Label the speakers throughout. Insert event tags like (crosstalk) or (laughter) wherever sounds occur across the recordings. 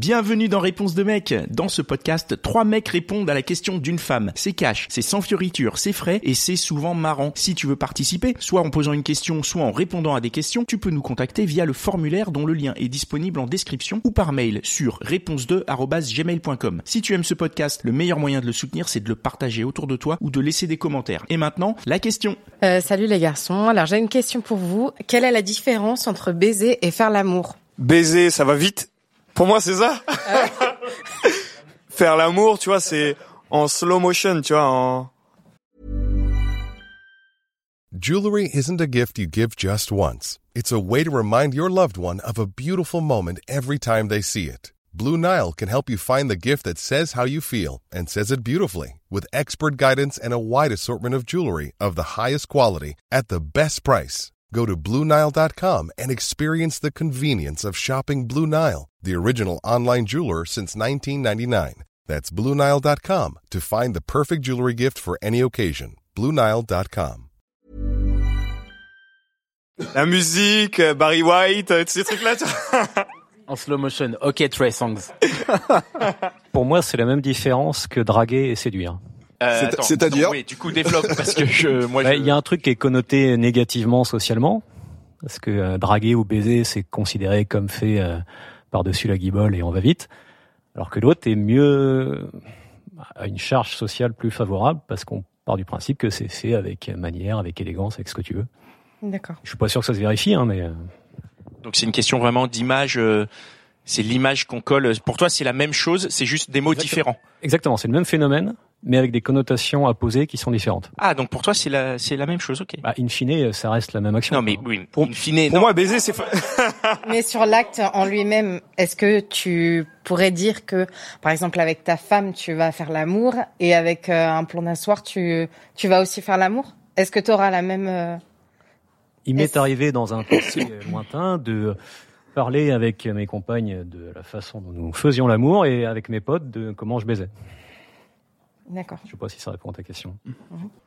Speaker 1: Bienvenue dans Réponse de mec. Dans ce podcast, trois mecs répondent à la question d'une femme. C'est cash, c'est sans fioriture, c'est frais et c'est souvent marrant. Si tu veux participer, soit en posant une question, soit en répondant à des questions, tu peux nous contacter via le formulaire dont le lien est disponible en description ou par mail sur réponse2@gmail.com. Si tu aimes ce podcast, le meilleur moyen de le soutenir, c'est de le partager autour de toi ou de laisser des commentaires. Et maintenant, la question.
Speaker 2: Euh, salut les garçons. Alors j'ai une question pour vous. Quelle est la différence entre baiser et faire l'amour
Speaker 3: baiser, ça va vite. Pour moi, c'est ça. Faire l'amour, tu vois, c'est en slow motion, tu vois, en,
Speaker 4: Jewelry isn't a gift you give just once. It's a way to remind your loved one of a beautiful moment every time they see it. Blue Nile can help you find the gift that says how you feel and says it beautifully with expert guidance and a wide assortment of jewelry of the highest quality at the best price. Go to BlueNile.com and experience the convenience of shopping Blue Nile, the original online jeweler since 1999. That's BlueNile.com to find the perfect jewelry gift for any occasion. BlueNile.com.
Speaker 3: la musique, euh, Barry White, euh, tous ces trucs-là, tu vois.
Speaker 5: En slow motion. Ok, Trey Songs.
Speaker 6: Pour moi, c'est la même différence que draguer et séduire.
Speaker 1: Euh,
Speaker 7: C'est-
Speaker 1: attends,
Speaker 7: c'est-à-dire
Speaker 1: attends, oui, du coup, développe parce que (laughs) je, moi,
Speaker 6: Il
Speaker 1: je-
Speaker 6: y a un truc qui est connoté négativement socialement, parce que euh, draguer ou baiser, c'est considéré comme fait euh, par-dessus la guibole et on va vite, alors que l'autre est mieux bah, à une charge sociale plus favorable, parce qu'on part du principe que c'est fait avec manière, avec élégance, avec ce que tu veux.
Speaker 2: D'accord.
Speaker 6: Je suis pas sûr que ça se vérifie, hein, mais euh,
Speaker 1: donc c'est une question vraiment d'image. euh, c'est l'image qu'on colle. Pour toi, c'est la même chose. C'est juste des mots
Speaker 6: Exactement.
Speaker 1: différents.
Speaker 6: exactement, c'est le même phénomène, mais avec des connotations apposées qui sont différentes.
Speaker 1: Ah, donc pour toi, c'est la, c'est la même chose. Ok.
Speaker 6: Bah, in fine, ça reste la même action.
Speaker 1: Non, mais
Speaker 6: quoi.
Speaker 1: oui.
Speaker 6: Pour-
Speaker 1: in fine,
Speaker 3: Pour
Speaker 1: non.
Speaker 3: moi, baiser, c'est, fa-
Speaker 2: Mais sur l'acte en lui-même, est-ce que tu pourrais dire que, par exemple, avec ta femme, tu vas faire l'amour et avec euh, un plan d'un soir, tu, tu vas aussi faire l'amour Est-ce que tu auras la même... euh,
Speaker 6: Il m'est
Speaker 2: Est-ce-
Speaker 6: arrivé dans un passé lointain de parler avec mes compagnes de la façon dont nous faisions l'amour et avec mes potes de comment je baisais.
Speaker 2: D'accord.
Speaker 6: Je sais pas si ça répond à ta question.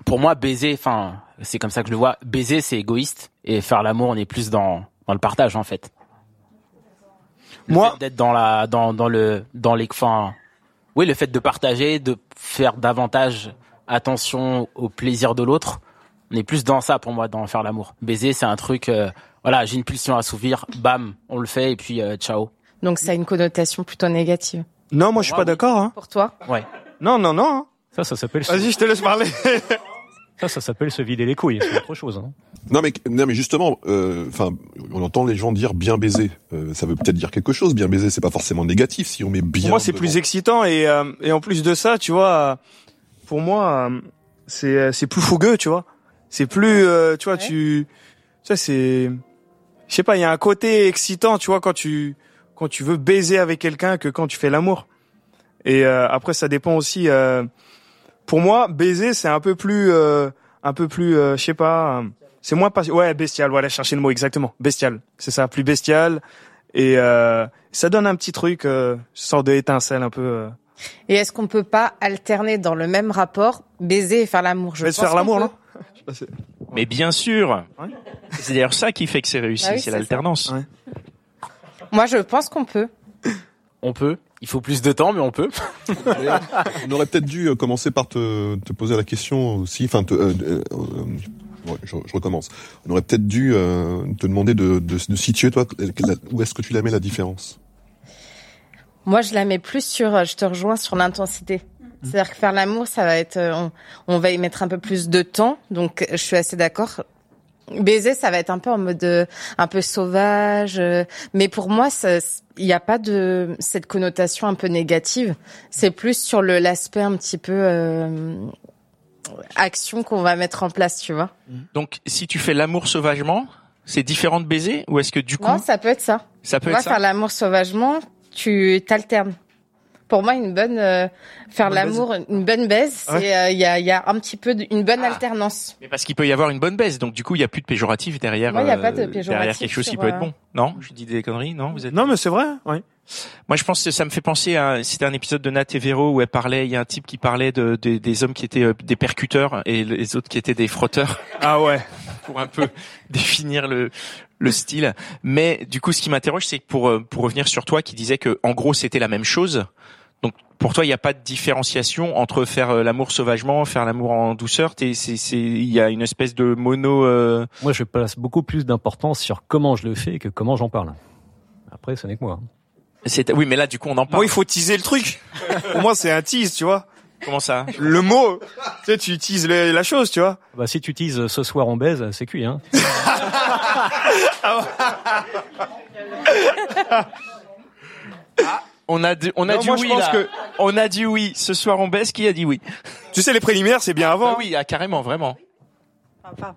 Speaker 5: Pour moi, baiser, enfin, c'est comme ça que je le vois. Baiser, c'est égoïste. Et faire l'amour, on est plus dans, dans le partage, en fait. Le
Speaker 3: Moi-
Speaker 5: fait d'être dans la, dans, dans le, dans les, enfin, oui, le fait de partager, de faire davantage attention au plaisir de l'autre. On est plus dans ça, pour moi, dans faire l'amour. Baiser, c'est un truc, euh, voilà, j'ai une pulsion à assouvir, bam, on le fait, et puis, euh, ciao.
Speaker 2: Donc ça a une connotation plutôt négative.
Speaker 3: non, moi, je suis
Speaker 5: Moi,
Speaker 3: pas
Speaker 5: oui.
Speaker 3: d'accord, hein.
Speaker 2: Pour toi
Speaker 5: Ouais.
Speaker 3: Non,
Speaker 1: (laughs)
Speaker 3: non, non.
Speaker 6: Ça, ça s'appelle se...
Speaker 3: Vas-y, je te laisse parler.
Speaker 6: ça, ça s'appelle se vider les couilles. C'est autre chose. hein.
Speaker 7: Non mais non mais justement, euh, enfin, on entend les gens dire bien baiser. Euh, ça veut peut-être dire quelque chose. Bien baiser, c'est pas forcément négatif si on met bien.
Speaker 3: Pour moi, c'est
Speaker 7: devant.
Speaker 3: plus excitant et, euh, et en plus de ça, tu vois, euh, pour moi, euh, c'est euh, c'est plus fougueux, tu vois. C'est plus, euh, tu vois,
Speaker 2: Ouais.
Speaker 3: tu, tu vois, c'est, je sais pas, il y a un côté excitant, tu vois, quand tu quand tu veux baiser avec quelqu'un que quand tu fais l'amour. Et euh, après, ça dépend aussi. euh, pour moi, baiser, c'est un peu plus, euh, un peu plus, euh, je sais pas, euh, c'est moins pas, ouais, bestial. Voilà, chercher le mot exactement, bestial. C'est ça, plus bestial. Et euh, ça donne un petit truc, euh, sorte de étincelle un peu. euh.
Speaker 2: Et est-ce qu'on peut pas alterner dans le même rapport baiser et faire l'amour
Speaker 3: Je vais
Speaker 2: pense
Speaker 3: se faire
Speaker 2: qu'on
Speaker 3: l'amour,
Speaker 2: peut.
Speaker 3: non
Speaker 1: Mais bien sûr.
Speaker 3: Ouais.
Speaker 1: C'est d'ailleurs ça qui fait que c'est réussi.
Speaker 2: Bah oui,
Speaker 1: c'est
Speaker 2: c'est
Speaker 1: l'alternance.
Speaker 3: ça.
Speaker 2: Moi, je pense qu'on peut.
Speaker 5: On peut. Il faut plus de temps, mais on peut.
Speaker 7: D'ailleurs, on aurait peut-être dû euh, commencer par te, te poser la question aussi. Enfin, te- euh, euh, euh, ouais, je, je recommence. On aurait peut-être dû euh, te demander de, de, de situer toi la- où est-ce que tu la mets la différence.
Speaker 2: Moi, je la mets plus sur, euh, je te rejoins sur l'intensité. C'est-à-dire que faire l'amour, ça va être, euh, on, on va y mettre un peu plus de temps. Donc, euh, je suis assez d'accord. Baiser, ça va être un peu en mode, euh, un peu sauvage. euh, Mais pour moi, ça- il n'y a pas de cette connotation un peu négative. C'est plus sur le l'aspect un petit peu euh, action qu'on va mettre en place, tu vois.
Speaker 1: Donc, si tu fais l'amour sauvagement, c'est différent de baiser ou est-ce que du coup,
Speaker 2: Non, ça peut être ça.
Speaker 1: ça
Speaker 2: Tu
Speaker 1: peut
Speaker 2: vois,
Speaker 1: être ça
Speaker 2: faire l'amour sauvagement, tu t'alternes. Pour moi, une bonne euh, faire
Speaker 3: Une bonne
Speaker 2: l'amour, une bonne baise,
Speaker 3: Ouais.
Speaker 2: c'est euh, il y, a, il y a un petit peu d'une bonne
Speaker 1: Ah.
Speaker 2: alternance.
Speaker 1: Mais parce qu'il peut y avoir une bonne baisse, donc du coup, il n'y a plus de péjoratif derrière.
Speaker 2: Moi, il y a
Speaker 1: euh,
Speaker 2: pas de péjoratif
Speaker 1: derrière quelque chose qui
Speaker 2: sur,
Speaker 1: peut être
Speaker 2: euh,
Speaker 1: bon. Non, je dis des conneries. Non, vous êtes.
Speaker 3: Non, mais c'est vrai. Oui.
Speaker 1: Moi, je pense que ça me fait penser à c'était un épisode de Nat et Véro où elle parlait. Il y a un type qui parlait de, de- des hommes qui étaient euh, des percuteurs et les autres qui étaient des frotteurs. (laughs)
Speaker 3: Ah ouais.
Speaker 1: pour un peu (laughs) définir le le style. Mais du coup, ce qui m'interroge, c'est que pour euh, pour revenir sur toi, qui disais que en gros c'était la même chose. Donc pour toi, il n'y a pas de différenciation entre faire euh, l'amour sauvagement, faire l'amour en douceur. T'es- c'est c'est il y a une espèce de mono. euh,
Speaker 6: Moi, je place beaucoup plus d'importance sur comment je le fais que comment j'en parle. Après, ce n'est que moi. hein.
Speaker 1: c'est oui, mais là du coup on en parle.
Speaker 3: Moi, il faut teaser le
Speaker 1: (laughs)
Speaker 3: truc. Pour moi, c'est un tease, tu vois.
Speaker 1: Comment ça
Speaker 3: Le mot, tu sais, tu teases le- la chose, tu vois.
Speaker 6: Bah, si tu utilises euh, ce soir on baise, c'est cuit. Hein.
Speaker 1: On a dit, on a
Speaker 3: Non,
Speaker 1: dit
Speaker 3: moi, je
Speaker 1: oui
Speaker 3: pense
Speaker 1: là.
Speaker 3: que-
Speaker 1: On a dit oui. Ce soir on baisse. Qui a dit oui
Speaker 3: Tu sais, les préliminaires, c'est bien avant.
Speaker 1: Ah oui, ah, carrément, vraiment.
Speaker 8: Enfin,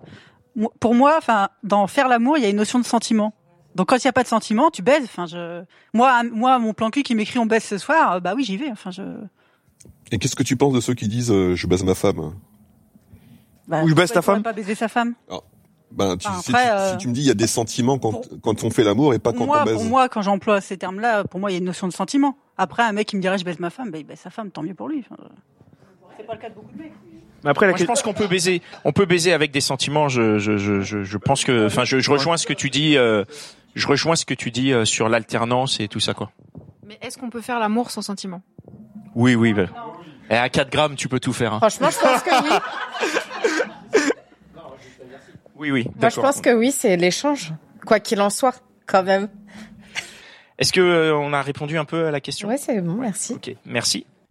Speaker 8: mo- pour moi, enfin, dans faire l'amour, il y a une notion de sentiment. Donc quand il n'y a pas de sentiment, tu baises. Enfin, je, moi, un- moi, mon plan cul qui m'écrit on baise ce soir, euh, bah oui, j'y vais. Enfin, je.
Speaker 7: Et qu'est-ce que tu penses de ceux qui disent euh, je baise ma femme
Speaker 8: Bah,
Speaker 3: Ou je baise ta
Speaker 8: pourquoi il pourrait
Speaker 3: femme
Speaker 8: Pas baiser sa femme.
Speaker 7: Ben, tu,
Speaker 8: Enfin,
Speaker 7: si,
Speaker 8: après,
Speaker 7: tu,
Speaker 8: euh,
Speaker 7: si tu me dis il y a des sentiments quand,
Speaker 8: pour-
Speaker 7: quand on fait l'amour et pas quand
Speaker 8: moi,
Speaker 7: on
Speaker 8: pour
Speaker 7: baise.
Speaker 8: moi, quand j'emploie ces termes-là, pour moi, il y a une notion de sentiment. Après, un mec qui me dirait je baise ma femme, bah, il baise sa femme, tant mieux pour lui. Enfin, je- c'est pas le cas de beaucoup de mecs.
Speaker 3: Mais après, la
Speaker 1: Moi, je
Speaker 3: question...
Speaker 1: pense qu'on peut baiser. On peut baiser avec des sentiments. Je, je, je, je, je pense que, enfin, je, je rejoins ce que tu dis. euh, je rejoins ce que tu dis euh, sur l'alternance et tout ça, quoi.
Speaker 9: Mais est-ce qu'on peut faire l'amour sans sentiment
Speaker 1: Oui, oui. bah. Et à 4 grammes, tu peux tout faire. hein.
Speaker 2: Franchement, je pense que oui.
Speaker 1: Oui, oui.
Speaker 2: Moi, je
Speaker 1: D'accord.
Speaker 2: pense que oui, c'est l'échange, quoi qu'il en soit, quand même.
Speaker 1: Est-ce que euh, on a répondu un peu à la question
Speaker 2: Ouais, c'est bon, merci.
Speaker 1: Ok, merci.